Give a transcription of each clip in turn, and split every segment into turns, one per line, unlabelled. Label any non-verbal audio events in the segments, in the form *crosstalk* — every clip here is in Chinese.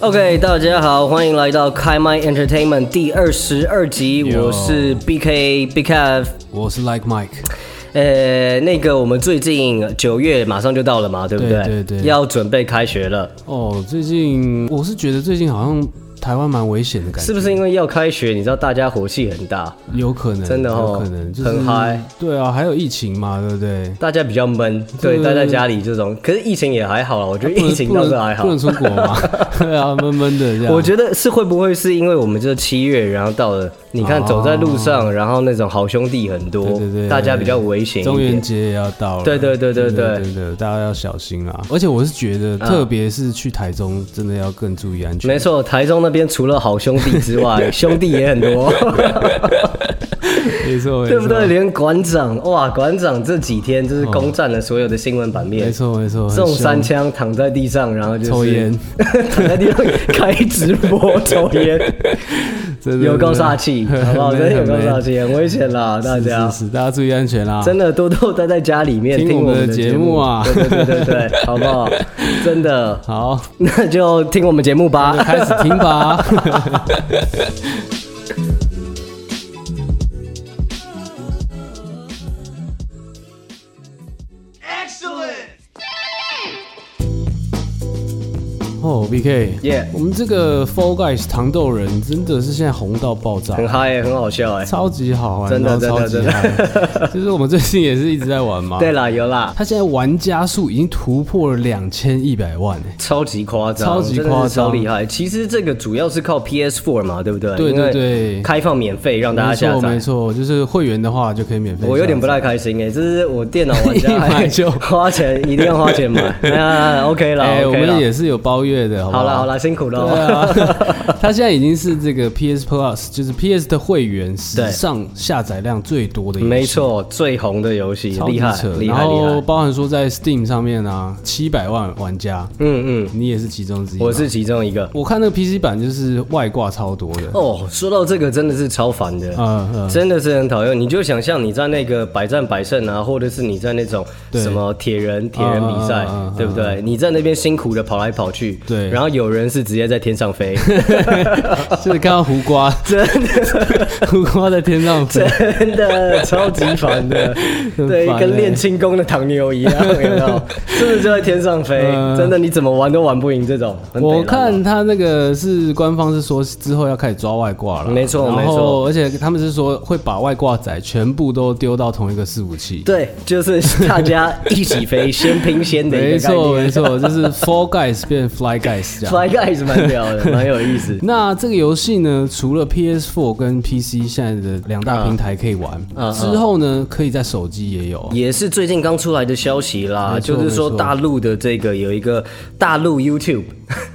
OK，大家好，欢迎来到开麦 Entertainment 第二十二集，我是 BK Big F。
我是 Like Mike，
呃，那个我们最近九月马上就到了嘛，对不对？
对对对
要准备开学了，
哦，最近我是觉得最近好像台湾蛮危险的感觉，
是不是因为要开学，你知道大家火气很大，
有可能，
真的哦
有可能，就是
很嗨，
对啊，还有疫情嘛，对不对？
大家比较闷，对，
对
待在家里这种，可是疫情也还好啦，我觉得
不能
疫情倒是还好
不。能出国
*laughs*
嘛，对啊，闷闷的这样。
我觉得是会不会是因为我们这七月，然后到了，你看走在路上，然后那种好兄弟很多，
哦对对对，
大家比较危险一
中元
点。
节也要到了，
对对对对
真的
对
真的，大家要小心啦。而且我是觉得，特别是去台中，真的要更注意安全。
没错，台中那边除了好兄弟之
*laughs*
外，兄弟也很多，
没错，没错
对不对？？连馆长，哇，馆长这几天就是攻占了所有的新闻版面
没，错没错，很
中
凶
三枪躺在地上，然后就是
抽烟，
*laughs* 躺在地上开直播
*laughs*
抽烟，
真的
有够煞气，好
*laughs*
不好？真的有够煞。气，很危险啦，大
真的很
家
闷是。是是，大家注意安全啊啦。
真的多多待在家里面
听
听
我们
们
的
节
节目啊
对对对对
*laughs*
对，好不好？真的， *laughs*
好，
那就听我们节目吧。
开始听吧。哦、b k
Yeah
我们这个 Fall Guys 糖豆人真的是现在红到爆炸，
很嗨耶，很好笑哎。
超级好啊玩，
真的
然后超级
真的
嗨。 *laughs* 就是我们最近也是一直在玩嘛，
对啦，有啦，
他现在玩家数已经突破了两千一百万、欸，
超级夸张，
超级
真的是
夸张
超厉害。其实这个主要是靠 PS4 嘛，对不对？
对对
因为
对
开放免费让大家
没
下
错
载
没。错，就是会员的话就可以免费下载。
我有点不太开心哎、这是我电脑玩
*laughs* 一
家
买就
花钱，一定要花
*laughs*
钱买。那 OK 啦
哎、我
啊，OK
们
啦。
也是有包月的，好不
好啦好
了。
啦，辛苦
对
了。
啊， *laughs* 他现在已经是这个 PS Plus，就是 PS 的会员
对
史上下载量最多的游
*laughs*
戏，
没，错，最红的游戏，
超级
厉害
扯。
厉
然
害厉
后
害。
包含说在 Steam 上面啊，七百万玩家，
嗯嗯，
你也是其中之一嘛。
我是其中一个。
我看那个 PC 版就是外挂超多的，
哦，说到这个真的是超烦的。
嗯嗯，
真的是很讨厌，你就想象你在那个百战百胜啊，或者是你在那种
对
什么铁人铁人比赛
啊啊啊啊，
对不对？你在那边辛苦的跑来跑去，
对
然后有人是直接在天上
*laughs*
飞，
呃就是看到胡瓜，
*laughs* 真的
*laughs* 胡瓜在天上飞，
真的超级烦的，
*laughs* 很
对，
烦
跟
欸
练轻功的唐牛一样，有没有？真的就在天上飞，
嗯
真的你怎么玩都玩不赢这种。很北
我
蓝啊
看他那个是官方是说之后要开始抓外挂了，
没错
然后
没错
而且他们是说会把外挂仔全部都丢到同一个伺服器。
对，就是大家一起
*laughs*
飞，先拼先的一
没
个概
错
念
没。错，就是 Four Guys 变 Fly Guys 这样。
Fly Guys 蛮屌的，蛮有意思。
*laughs* 那这个游戏呢，除了 PS4 跟 PC 现在的两大平台可以玩，
嗯嗯
之后呢，可以在手机也有。
也是最近刚出来的消息啦，
没错
就是说
没错
大陆的这个有一个大陆 YouTube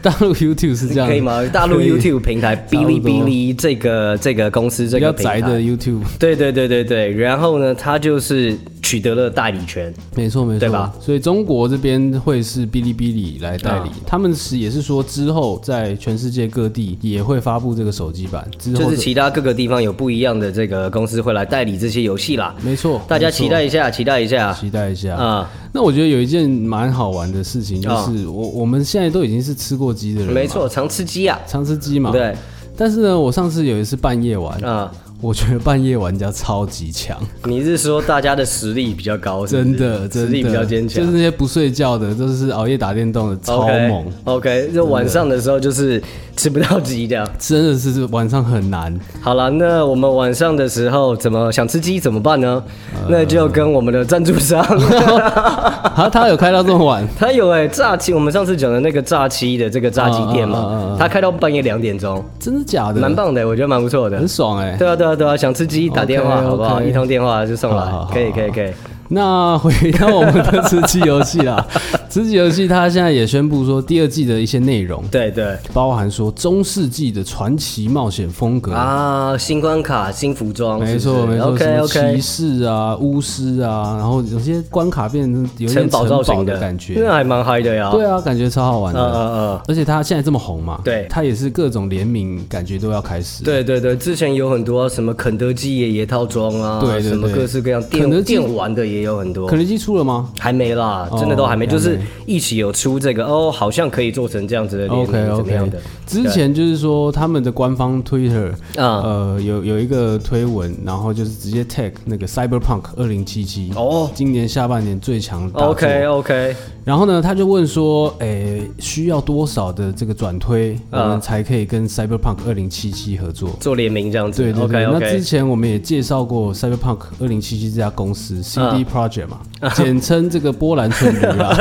大陆 YouTube 是这样，
可以
*laughs*
吗？大陆
可以
YouTube 平台
差
哔
不多
哩哔哩这个这个公司这
比
个
较
平台
宅的 YouTube，
对对对对对，然后呢，它就是取得了代理权，
没错没错，
对吧？啊
所以中国这边会是哔哩哔哩来代理，他们是也是说之后在全世界各地也会发布这个手机版，之
就
后
是其他各个地方有不一样的这个公司会来代理这些游戏啦。
没错，
大家
没错
期待一下，期待一下
期待一下
啊！
那我觉得有一件蛮好玩的事情，就
啊
是我我们现在都已经是吃过鸡的人了，
没错，常吃鸡啊，
常吃鸡嘛，。
对
但是呢，我上次有一次半夜玩，
啊。
我觉得半夜玩家超级强，
你是说大家的实力比较高是不
真
是
的
实
真的
力比较坚强，
就是那些不睡觉的，都是熬夜打电动的，超猛。
OK，, 就晚上的时候就是吃不到鸡这样。
真的是晚上很难，
好了，那我们晚上的时候怎么想吃鸡怎么办呢？
呃
那就跟我们的赞助商， *laughs*
啊，他有开到这么晚，
他有哎、炸鸡，我们上次讲的那个炸鸡的这个炸鸡店
嗯嗯嗯嗯
嘛
嗯，
他开到半夜两点钟，
真的假的？
蛮棒的、我觉得蛮不错的
很。爽哎、
对啊，对啊，对啊，想吃鸡打电话
OK，OK
好不好？一通电话就送来
好好，好
可以，可以，可以。
那回到我们的吃鸡游戏啦， *laughs* 吃鸡游戏它现在也宣布说第二季的一些内容，
对对
包含说中世纪的传奇冒险风格。
啊，新关卡、新服装，
没错，没错，
OK
什么骑
OK，
士啊、巫师啊，然后有些关卡变成有点
城堡造型
的
的
感觉，
那还蛮嗨的呀。
对啊，感觉超好
嗯，
玩
嗯
的。
嗯嗯。
而且它现在这么红嘛，
对
它也是各种联名，感觉都要开始。
对对对，之前有很多什么肯德基爷爷套装啊，
对对对
什么各式各样
肯德
电
基
电玩的也有很多
肯，德基出了吗？
还没啦，
哦
真的都还没，
还没
就是一起有出这个哦，好像可以做成这样子的联
OK
名怎么
OK
样的？。
之前就是说他们的官方 Twitter，
嗯
呃，有有一个推文，然后就是直接 tag 那个 Cyberpunk 二零七七，
哦
今年下半年最强大作
OK OK，
然后呢，他就问说，诶、需要多少的这个转推，我
啊
们才可以跟 Cyberpunk 二零七七合作？
做联名这样子
对对对
OK
那之
OK，
前我们也介绍过 Cyberpunk 二零七七这家公司 CD
嗯
Project 嘛，简称这个波兰蠢驴啦，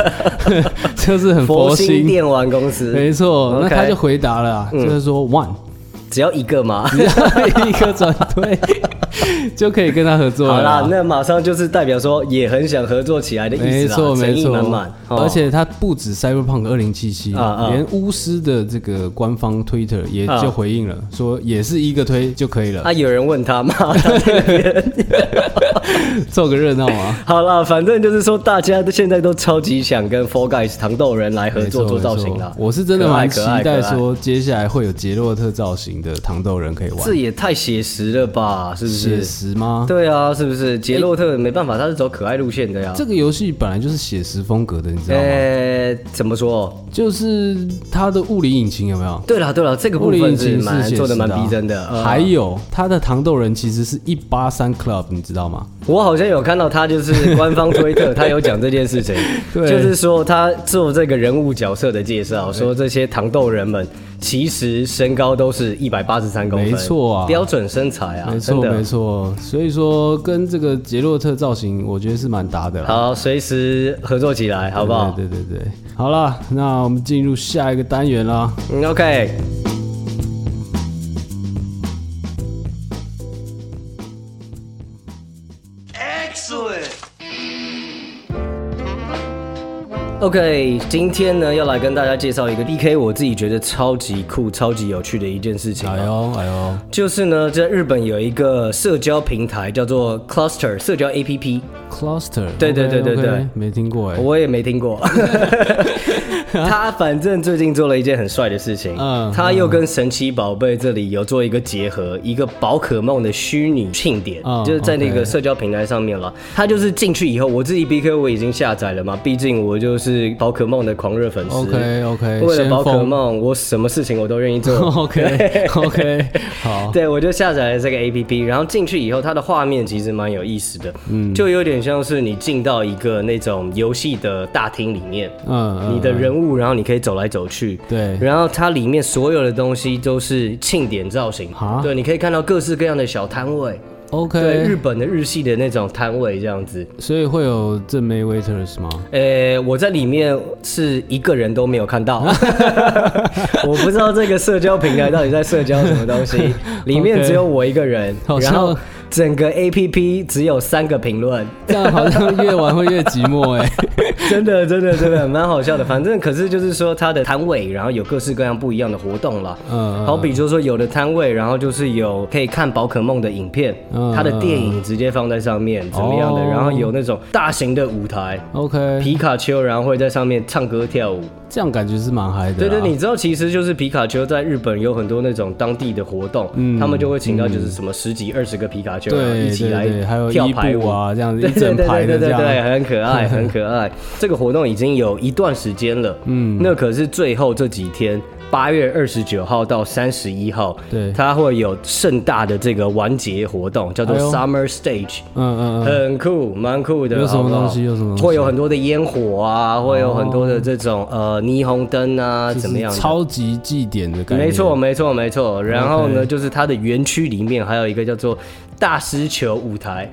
*laughs* 就是很
佛
佛
心
心。
电玩公司
没错，那
OK 嗯
他就回答了啊，就是说 one *laughs*
只要一个嘛。
只要一个转推就可以跟他合作
*laughs* 好
了啊。
啦，那马上就是代表说也很想合作起来的意思
没
啦，
错
诚
没
意
错
满满。，哦
而且它不止 Cyberpunk 二零七七，
啊啊
连巫师的这个官方 Twitter 也
啊
就回应了，说也是一个推就可以了
啊，，有人问他吗？他在那边
凑个热闹啊嘛。
好啦，反正就是说，大家都现在都超级想跟 Four Guys 糖豆人来合
没
作做
错
造型
没错
啦。
我是真的蛮期
可爱可爱
待
可爱
说接下来会有杰洛特造型的糖豆人可以玩
这，也太写实了吧？是不
写
是？
实吗？
对啊，是不是？杰洛特没办法，他是走可爱路线的呀。
这个游戏本来就是写实风格的，你知道吗？
呃，怎么说？
就是它的物理引擎有没有？
对了对了，这个
物
部
理引
分是
擎
蛮
是写
做的
实
蛮
啊
逼真的。呃
还有它的糖豆人其实是一八三 Club，你知道吗？
我好像有看到他
*laughs*
就是官方推特，他有讲这件事情，
对
就是说他做这个人物角色的介绍，说这些糖豆人们其实身高都是一百八十三公分，
没错啊
标准身材啊，
没
真
错
的
没错，所以说跟这个杰洛特造型，我觉得是蛮搭的啦。
好，随时合作起来，好不好？
对对对对，好啦，那我们进入下一个单元啦。
嗯，OK。OK，今天呢要来跟大家介绍一个 BK，我自己觉得超级酷、超级有趣的一件事情、啊。
哎呦哎呦，
就是呢，在日本有一个社交平台叫做 Cluster 社交 APP，
Cluster，
对对对对
OK，OK，
对
没听过哎、
我也没听过。他反正最近做了一件很帅的事情，
嗯
他又跟神奇宝贝这里有做一个结合，一个宝可梦的虚拟庆典，
嗯
就是在那个
OK
社交平台上面了。他就是进去以后，我自己 BK 我已经下载了嘛，毕竟我就是宝可梦的狂热粉丝。
OK OK，
为了宝可
锋
梦，我什么事情我都愿意做。*laughs*
*laughs* OK OK，好，
对，我就下载了这个 A P P，然后进去以后，它的画面其实蛮有意思的，嗯，就有点像是你进到一个那种游戏的大厅里面，
嗯，嗯
你的人物，然后你可以走来走去。
对
然后它里面所有的东西都是庆典造型
啊，
对，你可以看到各式各样的小摊位，对，日
OK，
本的日系的那种摊位这样子。
所以会有正妹 waiters 吗？
呃，我在里面是一个人都没有看
*laughs*
到，我不知道这个社交平台到底在社交什么东
*laughs*
西，里面只有我一个人
好，
然后
像
整个 A P P 只有三个评论，
这样好像越玩会越寂寞哎、
真的，真的，真的蛮好笑的。反正可是就是说，它的摊位，然后有各式各样不一样的活动啦。
嗯
嗯，好比就是说，有的摊位，然后就是有可以看宝可梦的影片，
嗯
它的电影直接放在上面，怎么样的？
哦
然后有那种大型的舞
*laughs*
台。
OK，
皮卡丘，然后会在上面唱歌跳舞。
这样感觉是蛮嗨的啦。
对对，你知道，其实就是皮卡丘在日本有很多那种当地的活动，他们就会请到就是什么十几、二十个皮卡丘，然后
嗯对
一起
对
来
对，还有
跳
伊
排舞
布啊，这样子
对
一
对
整
对
排
对
的这
对对，
样。
很可
*laughs*
爱，很可爱。这个活动已经有一段时间了，嗯，那可是最后这几天，八月二十九号到三十一号，
对
它会有盛大的这个完结活动，叫做
哎呦
Summer Stage。
嗯嗯嗯，
很啊酷，蛮酷的。
有什么
好不好
东西有什么东西
会有很多的烟火啊，会有很多的这种、呃霓虹灯啊，怎么样的
就是？超级祭典的感觉。
没错，没错，没错。然后呢就是它的园区里面还有一个叫做大师球舞
*laughs*
台，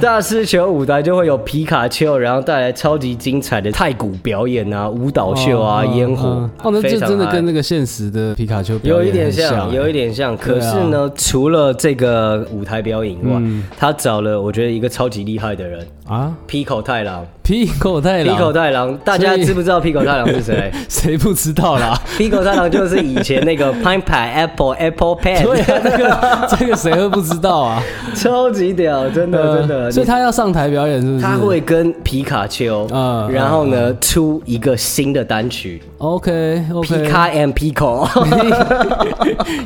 大师球舞台就会有皮卡丘，然后带来超级精彩的太鼓表演啊、舞蹈秀啊、
嗯
烟火，
嗯哦，那
非
这
常
真的
嗨
跟那个现实的皮卡丘表
有
演
一点
很
像，
欸
有一点像。可是呢，除了这个舞台表演以外，
嗯
他找了我觉得一个超级厉害的人
啊，
，Pico 太郎。
皮口太
Pico
郎，
太郎，大家
所以
知不知道 Pico 太郎是谁
谁不知道啦？
*laughs* ？Pico 太郎就是以前那个 Pine Pie Apple Apple Pen，
对啊，那个 *laughs* 这个谁会不知道
*laughs*
啊？
超级屌，真的真的。
呃所以他要上台表演是不是？哦
他会跟皮卡丘，
嗯
然后呢、出一个新的单曲
OK OK，
皮卡 and
嗯
Pico，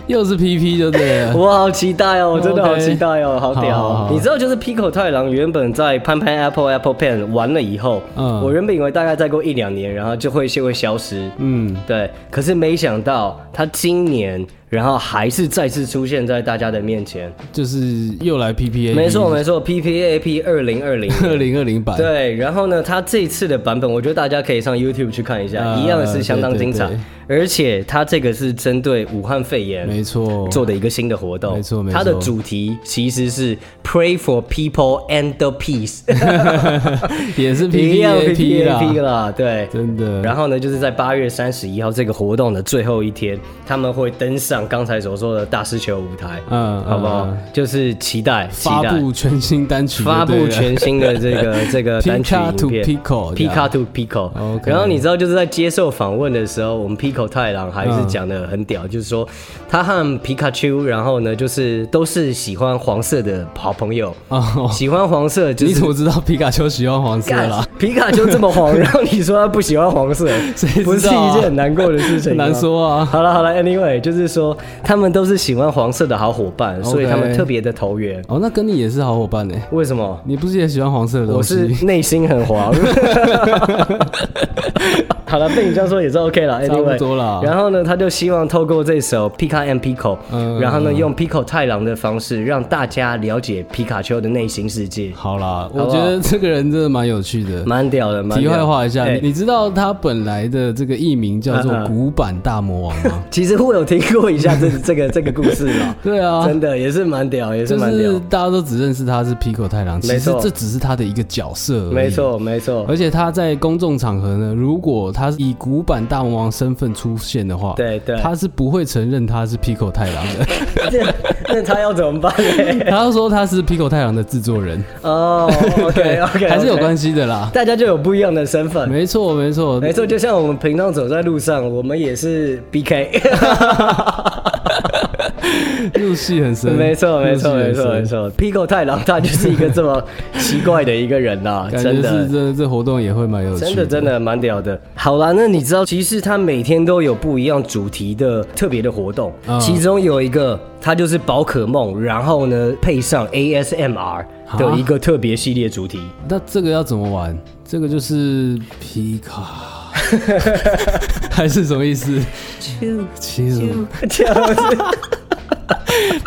*laughs* 又是 PP 就对了。
我好期待哦，真的好
OK
期待哦，好屌、
好好
哦！
好
你知道，就是 Pico 太郎原本在 Pan Pan Apple Apple Pen 完了以后，
嗯
我原本以为大概再过一两年，然后就会就会消失，
嗯，
对。可是没想到他今年，然后还是再次出现在大家的面前。
就是又来 PPA，
没错没错，PPAP 二零二
*laughs*
零。
二零二零版。
对，然后呢，他这次的版本，我觉得大家可以上 YouTube 去看一下，
呃
一样是相当精彩
对对，
而且他这个是针对武汉肺炎
没错，
做的一个新的活动，
没错没错
它的主题其实是 Pray for People and the
*laughs*
Peace，*laughs*
也是
一样
PPAP 啦，
啦，对。
真的。
然后呢，就是在八月三十一号这个活动的最后一天，他们会登上刚才所说的大师球舞台，
嗯
好不好？
嗯
就是期待，期
发
待。
布全新单曲嗯就对
发
了，
布全新的这
*laughs*
个这个单曲
Pika to
影片
Pico，这样哦
Pika to Pico。
OK
然后你知道就是在接受访问的时候，我们 Pico 太郎还是讲的很屌，就是说他和皮卡丘，然后呢就是都是喜欢黄色的好朋友，
哦。
喜欢黄色 *laughs* 就
你
是
怎。么知道皮卡丘喜欢黄色
干
啦？
皮卡丘这么黄，然后你说他不喜欢黄色，
*laughs* 谁知道啊
不是一件很难过的事情
很
吗？
*laughs* 难说啊。
好了好了，Anyway，就是说他们都是喜欢黄色的好伙伴，所以他们
OK
特别的投缘。
哦，那跟你也是好伙伴呢。
为什么？
你不是也喜欢黄色的
我
东西？
是内心很滑。好了，被你这样说也是 OK 了
差不
，Anyway。
多啦
然后呢，他就希望透过这首《Pika and Pico》，
嗯
然后呢，用 Pico 太郎的方式，让大家了解皮卡丘的内心世界，
*laughs* 好啦，
好
我觉得这个人真的蛮有趣的。
蛮屌的。蛮
题
屌的
外话一下，
哎
你你知道他本来的这个艺名叫做
嗯嗯
古板大魔王
*laughs*
吗？
其实我有听过一下这 *laughs* 这个这个故事啦，
对啊，
真的也是蛮屌，也是
就
蛮屌
是。大家都只认识他是 Pico 太郎，其
没
实
错
这只是他的一个角色而已。
没。错，没错，
而且他在公众场合呢，如果他以古板大魔王身份出现的话，
对对
他是不会承认他是 Pico 太郎的。 *laughs*
那 *laughs* 那他要怎么办呢？
他说他是 Pico 太郎的制作
*laughs*
人
哦，OK
*laughs* 对
OK，
还是有关，系的啦。
大家就有不一样的身份。
没错，没错，
没错，就像我们平常走在路上，我们也是 BK。
入戏很深。
*laughs* 没错，没错，
入戏
没
很深
错，没错。Pico 太郎他就是一个这么 *laughs* 奇怪的一个人啦，
感觉
真的
是。这这活动也会蛮有趣
真的真
的，
的蛮屌的。好啦，那你知道，其实他每天都有不一样主题的特别的活动，
嗯
其中有一个它就是宝可梦，然后呢配上 ASMR
啊
的一个特别系列主
*laughs*
题。
那这个要怎么玩？这个就是皮
*laughs*
卡，还是什么意思？其实
这样子。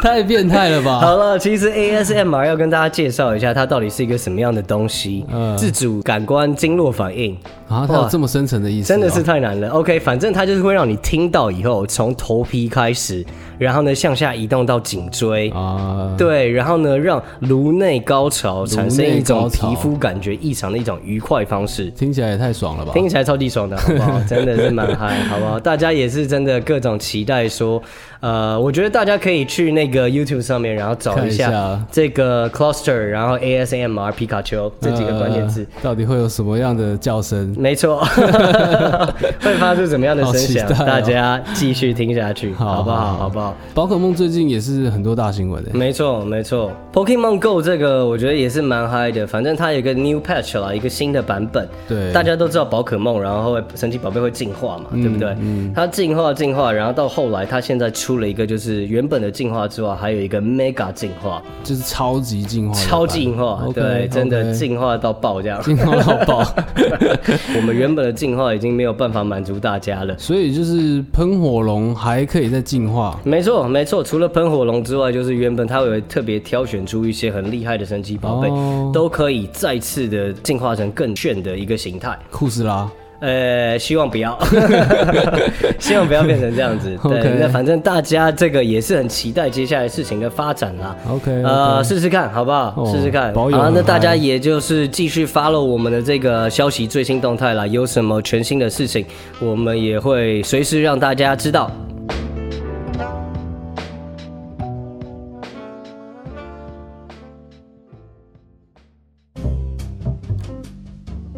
太变态了吧？
好了，其实 ASMR 要跟大家介绍一下，它到底是一个什么样的东西。
嗯
自主感官经络反应
啊，它有这么深层的意思、
真的是。太难了。OK，反正它就是会让你听到以后，从头皮开始，然后呢向下移动到颈椎。 *laughs*
啊，
对，然后呢，让颅内高潮产生一
颅
种
内高潮
皮肤感觉异常的一种愉快方式，
听起来也太爽了吧？
听起来超级爽的，好不好？
*laughs*
真的是蛮嗨，好不好？大家也是真的各种期待说，呃，我觉得大家可以去那个 YouTube 上面，然后找
看
一
一
下
下
这个 Cluster，然后 ASMR 皮卡丘这几个关键字。
呃到底会有什么样的叫声？
没
*laughs*
错，会发出怎么样的声响？
好期待哦
大家继续听下去，
好
好不好？
好
好不好？
宝可梦最近也是很多大新闻欸的、
没错，没错，Pokemon Go 这个我觉得也是蛮嗨的，反正它有一个 new patch 啦，一个新的版本。
对嗯
大家都知道宝可梦，然后神奇宝贝会进化嘛，对不对？它进化进化，然后到后来，它现在出了一个就是原本的进化之外，还有一个 mega 进化，
就是超级进化的版，
超进化，
OK，
对，真的
OK
进化到爆这样。
进化到爆。
*laughs* 我们原本的进化已经没有办法满足大家了。
所以就是喷火龙还可以再进化，
没错，没错，除了喷火龙之外，就是原本它会特别挑选出一些很厉害的神奇宝贝，
哦
都可以再次的进化成更炫的一个形态。
库斯拉。
呃，希望不
*laughs*
要，希望不要变成这样子。对
OK，
那反正大家这个也是很期待接下来事情的发展啦。
OK，
呃，试试看好不好？
哦
试试看。
保有
好，那
很
大家
嗨
也就是继续 follow 我们的这个消息最新动态啦，有什么全新的事情，我们也会随时让大家知道。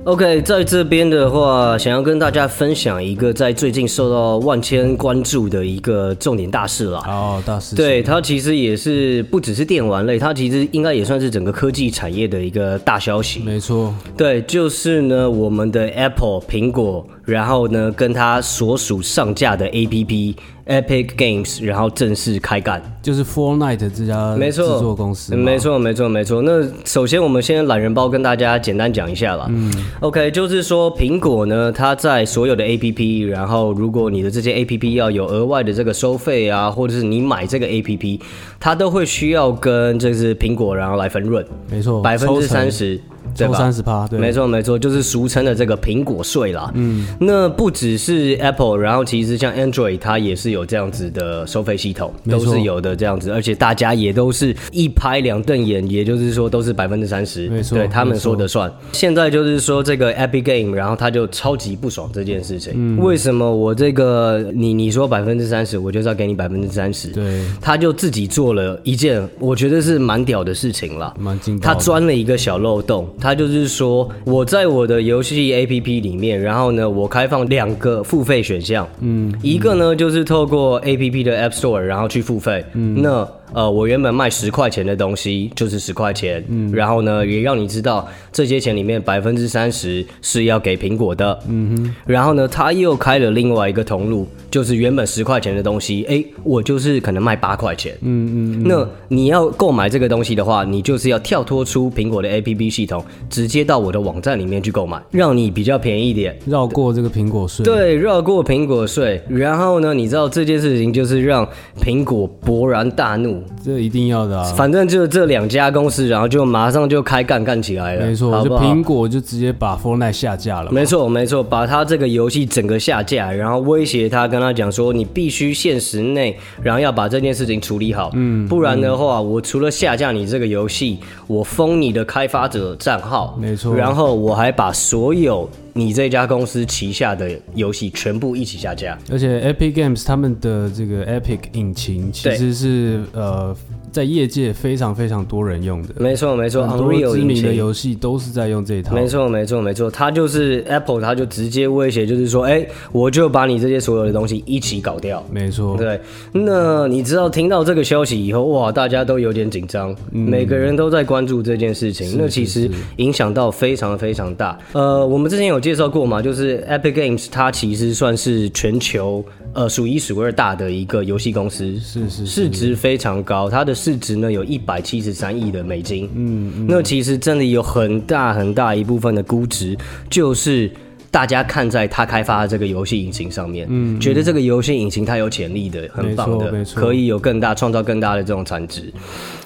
OK，在这边的话，想要跟大家分享一个在最近受到万千关注的一个重点大事啦。
哦，大师
对，它其实也是不只是电玩类，它其实应该也算是整个科技产业的一个大消息。
没错，
对，就是呢，我们的 Apple 苹果，然后呢，跟它所属上架的 APP Epic Games，然后正式开干。
就是 Fortnite 这家
没
制
错，
作公司
嗯
嘛，
没错，没错，没错。那首先，我们先懒人包跟大家简单讲一下啦。嗯，OK，就是说苹果呢，它在所有的 APP，然后如果你的这些 APP 要有额外的这个收费啊，或者是你买这个 APP，它都会需要跟就是苹果然后来分润，
没错，
百分
抽
之
成
三，十，对
哦抽
吧？
三十趴，啊对，嗯
没错没错，就是俗称的这个苹果税啦。嗯，那不只是 Apple，然后其实像 Android 它也是有这样子的收费系统，
没
都
错
是有的这样子，而且大家也都是一拍两瞪眼，也就是说都是百分之三十，
没错
对他们
没错
说的算。现在就是说这个 Epic Game，然后他就超级不爽这件事情。
嗯
为什么我这个你你说百分之三十，我就是要给你百分之三十？
对，
他就自己做了一件我觉得是蛮屌的事情啦。
蛮劲爆
他
的。
钻了一个小漏洞，他就是说我在我的游戏 APP 里面，然后呢，我开放两个付费选项，嗯，一个呢就是透过 APP 的 App Store 然后去付费，嗯，那呃我原本卖十块钱的东西就是十块钱，嗯，然后呢也让你知道这些钱里面百分之三十是要给苹果的，嗯哼，然后呢他又开了另外一个通路，就是原本十块钱的东西，哎，我就是可能卖八块钱，
嗯
那你要购买这个东西的话，你就是要跳脱出苹果的 APP 系统，直接到我的网站里面去购买，让你比较便宜一点。
绕过这个苹果税，
对，绕过苹果税，然后呢，你知道这件事情就是让苹果勃然大怒，
这一定要的啊，
反正就这两家公司，然后就马上就开干干起来了，
没
好
错，就
不好
苹？果就直接把 Fortnite 下架了嘛，
没错，没错，把他这个游戏整个下架，然后威胁他，跟他讲说，你必须限时内，然后要把这件事情处理好，嗯，不然的话，我除了下架你这个游戏，我封你的开发者账号，
没错
然后我还把所有你这家公司旗下的游戏全部一起下架，
而且 Epic Games 他们的这个 Epic 引擎其
对
实是呃在业界非常非常多人用的，
没错，没错
很多
，Unreal
知
引
名的
擎。
游戏都是在用这一套。
没错，没错，没错，他就是 Apple，他就直接威胁，就是说，哎、我就把你这些所有的东西一起搞掉。
没错，
对，那你知道听到这个消息以后，哇，大家都有点紧张，
嗯
每个人都在关注这件事情。那其实影响到非常非常大。呃，我们之前有介绍过嘛，就是 Epic Games 它其实算是全球呃数一数二大的一个游戏公司，
是是是，
市值非常高，它的市值呢有一百七十三亿的美金。嗯，那其实真的有很大很大一部分的估值就是。大家看在它开发的这个游戏引擎上面，嗯，觉得这个游戏引擎它有潜力的，很棒的
没错没，错
可以有更大创造更大的这种产值。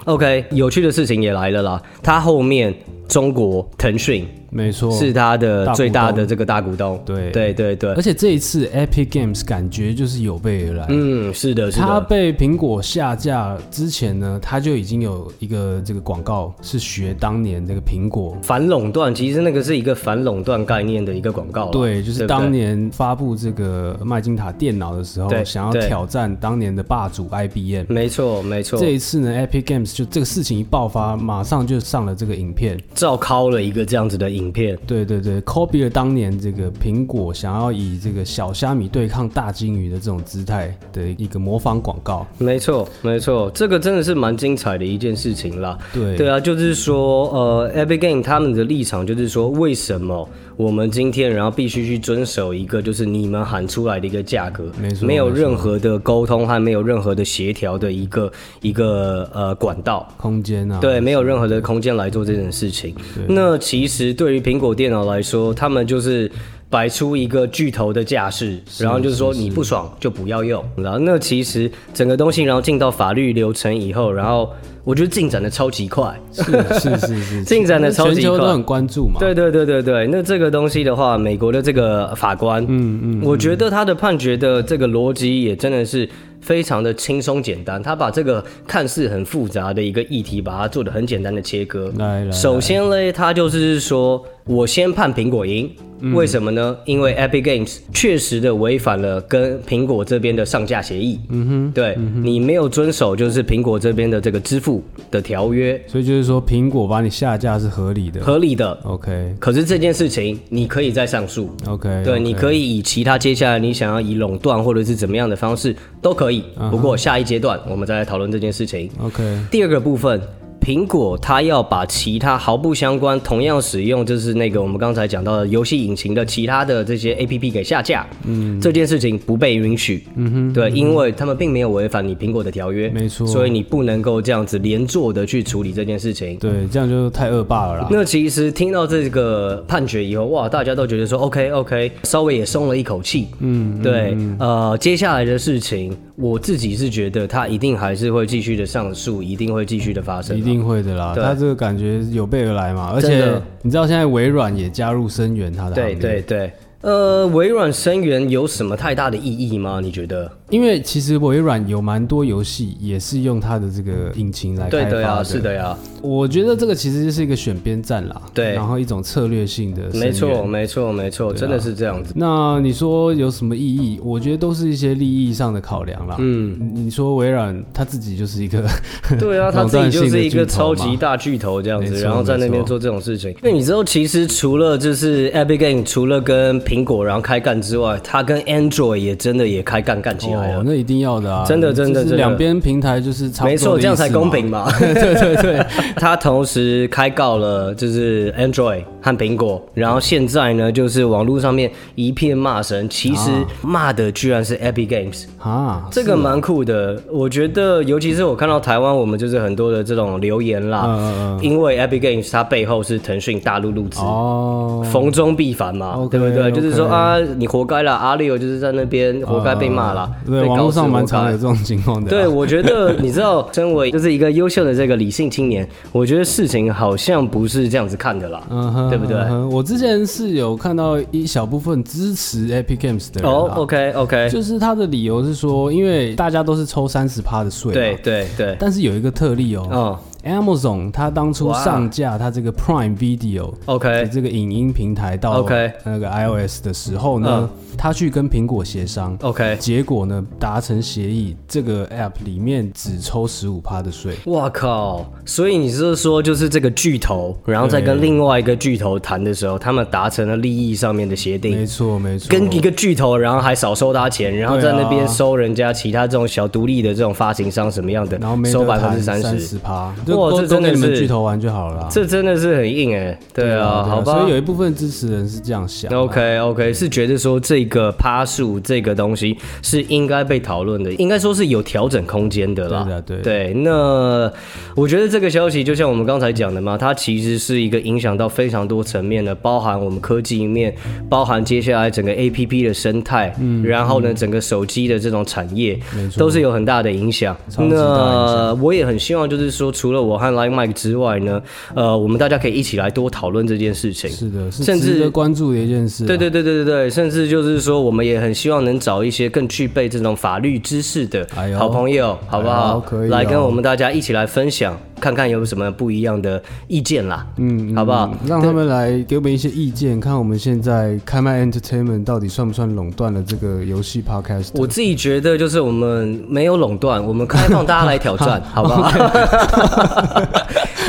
OK，有趣的事情也来了啦，它后面中国腾讯
没错
是。它的
大股
最大
哦东
的这个大股东，
对
对对对
而，且这一次 Epic Games 感觉就是有备而来。
嗯，是的，是
它
的，
被苹果下架之前呢，它就已经有一个这个广告是学当年这个苹果，
反垄断其实那个是一个反垄断概念的一个广告啦，
对，就是
哦不对
当年发布这个麦金塔电脑的时候
对，
想要
对
挑战当年的霸主 IBM。
没错，没错，
这一次呢，Epic Games 就这个事情一爆发，马上就上了这个影片。
照拷了一个这样子的影片，
对对对，copy 了当年这个苹果想要以这个小虾米对抗大金鱼的这种姿态的一个模仿广告。
没错，没错，这个真的是蛮精彩的一件事情啦。
对
对啊，就是说，呃，Epic Game 他们的立场就是说，为什么我们今天然后必须去遵守一个就是你们喊出来的一个价格，
没错
没有
没错
任何的沟通和没有任何的协调的一个一个呃管道，
空间啊，
对，没有任何的空间来做这件事情。那其实对于苹果电脑来说，他们就是摆出一个巨头的架势，然后就是说你不爽就不要用。然后那其实整个东西，然后进到法律流程以后，然后我觉得进展的超级快。
是是是
*laughs*
是，
进展得超级
全球
快
都很关注嘛。
对对对对对，那这个东西的话，美国的这个法官，嗯嗯，我觉得他的判决的这个逻辑也真的是非常的轻松简单，他把这个看似很复杂的一个议题，把它做的很简单的切割。
来来，
首先嘞，他就是说我先判苹果赢，
嗯
为什么呢？因为 Epic Games 确实的违反了跟
嗯
苹果这边的上架协议。嗯哼，对你没有遵守就是苹果这边的这个支付付的条约，
所以就是说，苹果把你下架是合理的。
合理的。
OK
可是这件事情你可以再上诉
OK，
对，你可以以其他接下来你想要以垄断或者是怎么样的方式都可以。不过下一阶段我们再来讨论这件事情。
OK，
第二个部分，苹果它要把其他毫不相关、同样使用就是那个我们刚才讲到的游戏引擎的其他的这些 A P P 给下架，嗯，这件事情不被允许，嗯哼，对，因为他们并没有违反你苹果的条约，
没错
所以你不能够这样子连坐的去处理这件事情。
对，这样就太恶霸了啦。
啊那其实听到这个判决以后，哇，大家都觉得说 OK OK，稍微也松了一口气。嗯，对，呃，接下来的事情，我自己是觉得它一定还是会继续的上诉，一定会继续的发生。啊
一定会的啦，
对
他这个感觉有备而来嘛，而
真的
且你知道现在微软也加入声援他的行
对对
列，
对，呃，微软声援有什么太大的意义吗？你觉得？
因为其实微软有蛮多游戏也是用它的这个引擎来
对
开发
的呀，
的
是的呀，
我觉得这个其实就是一个选边站啦，
对
然后一种策略性的，
没。错没错没错，真的是这样子。
那你说有什么意义？我觉得都是一些利益上的考量啦。嗯，你说微软它自己就是一个 *laughs*
对啊，他
垄
自己
断性
就
的
是一个
巨头
超
嘛
级大巨头这样
没
子，
错
然后在那边做这种事情。因为你知道，其实除了就是 Epic Game 除了跟苹果然后开干之外，他跟 Android 也真的也开干干起来
哦
了。，
那一定要的啊，
真的真的
就是
真的
两边平台就是差不多的
没
意思嘛，
错，这样才公平
*laughs*
嘛。
对对对， *laughs*
他同时开告了，就是 Android 和苹果，然后现在呢，就是网络上面一片骂声，其实骂的居然是 Epic Games。
啊，
这个蛮酷的，我觉得，尤其是我看到台湾，我们就是很多的这种留言啦，
嗯
因为 Epic Games 它背后是腾讯大陆入资。
哦，
逢中必反嘛
OK，
对不对
OK
就是说啊，你活该啦，阿六就是在那边
嗯
活该被骂啦，
对，
被搞
网络
死
上蛮
活该
常有这种情况的。
对，，我觉得你知道，身为就是一个优秀的这个理性青年，我觉得事情好像不是这样子看的啦，
嗯哼，
对不对？
嗯哼我之前是有看到一小部分支持 Epic Games 的人、
哦
啊。
，OK OK，
就是他的理由是说，因为大家都是抽三十趴的税，
对，对对，
但是有一个特例哦、
嗯
a m a z o n 它当初
哇哦
上架它这个 Prime Video 的
，OK，
这个影音平台到
OK 嗯
那个 iOS 的时候呢，他去跟苹果协商
OK
结果呢达成协议，这个 App 里面只抽十五趴的税，
哇靠！所以你是说，就是这个巨头，然后再跟另外一个巨头谈的时候，他们达成了利益上面的协定
没，错没错，
哎跟一个巨头，然后还少收他钱，然后在那
对
边
啊
收人家其他这种小独立的这种发行商什么样的
然后没，
收
得
百分
谈
之三十，
十趴，
哇
就都
这
都
真的
给你们
是
巨头玩就好了啦。
这真的是很硬哎、对啊，好吧
所以。有一部分支持人是这样想。啊
OK OK，是觉得说这个趴数这个东西是应该被讨论的，应该说是有调整空间的啦。
对的对的啊
那我觉得这个消息就像我们刚才讲的嘛，它其实是一个影响到非常多层面的，包含我们科技面，包含接下来整个 APP 的生态，
嗯
然后呢，整个手机的这种产业，都是有很大的影响。
超级大影
那我也很希望就是说，除了我和 Like Mike 之外呢，呃，我们大家可以一起来多讨论这件事情。
是的，是
甚至
值得关注的一件事、啊
对，对对对对对，甚至就是说，我们也很希望能找一些更具备这种法律知识的
哎呦
好朋友，好不
哎
好？
呦可以哦
来跟我们大家一起来分享，看看有什么不一样的意见啦，嗯，好不好？
让他们来给我们一些意见，看我们现在开麦 Entertainment 到底算不算垄断了这个游戏 Podcast。
我自己觉得就是我们没有垄断，我们开放大家来挑
*laughs*
战，好不好？ *laughs*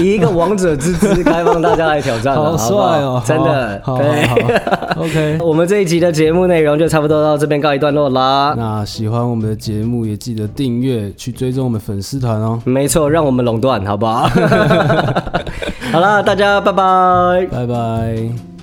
以一个王者之姿开放大家来挑战了，
*laughs*
好不
好
好
帅哦！
真的，
好好
对。
好好
*laughs*
OK。*laughs*
我们这一集的节目内容就差不多到这边告一段落啦。
*laughs* 那喜欢我们的节目，也记得订阅，去追踪我们粉丝团哦。
没错，让我 *laughs* 们垄断，好不好？好了，大家拜拜。
拜拜。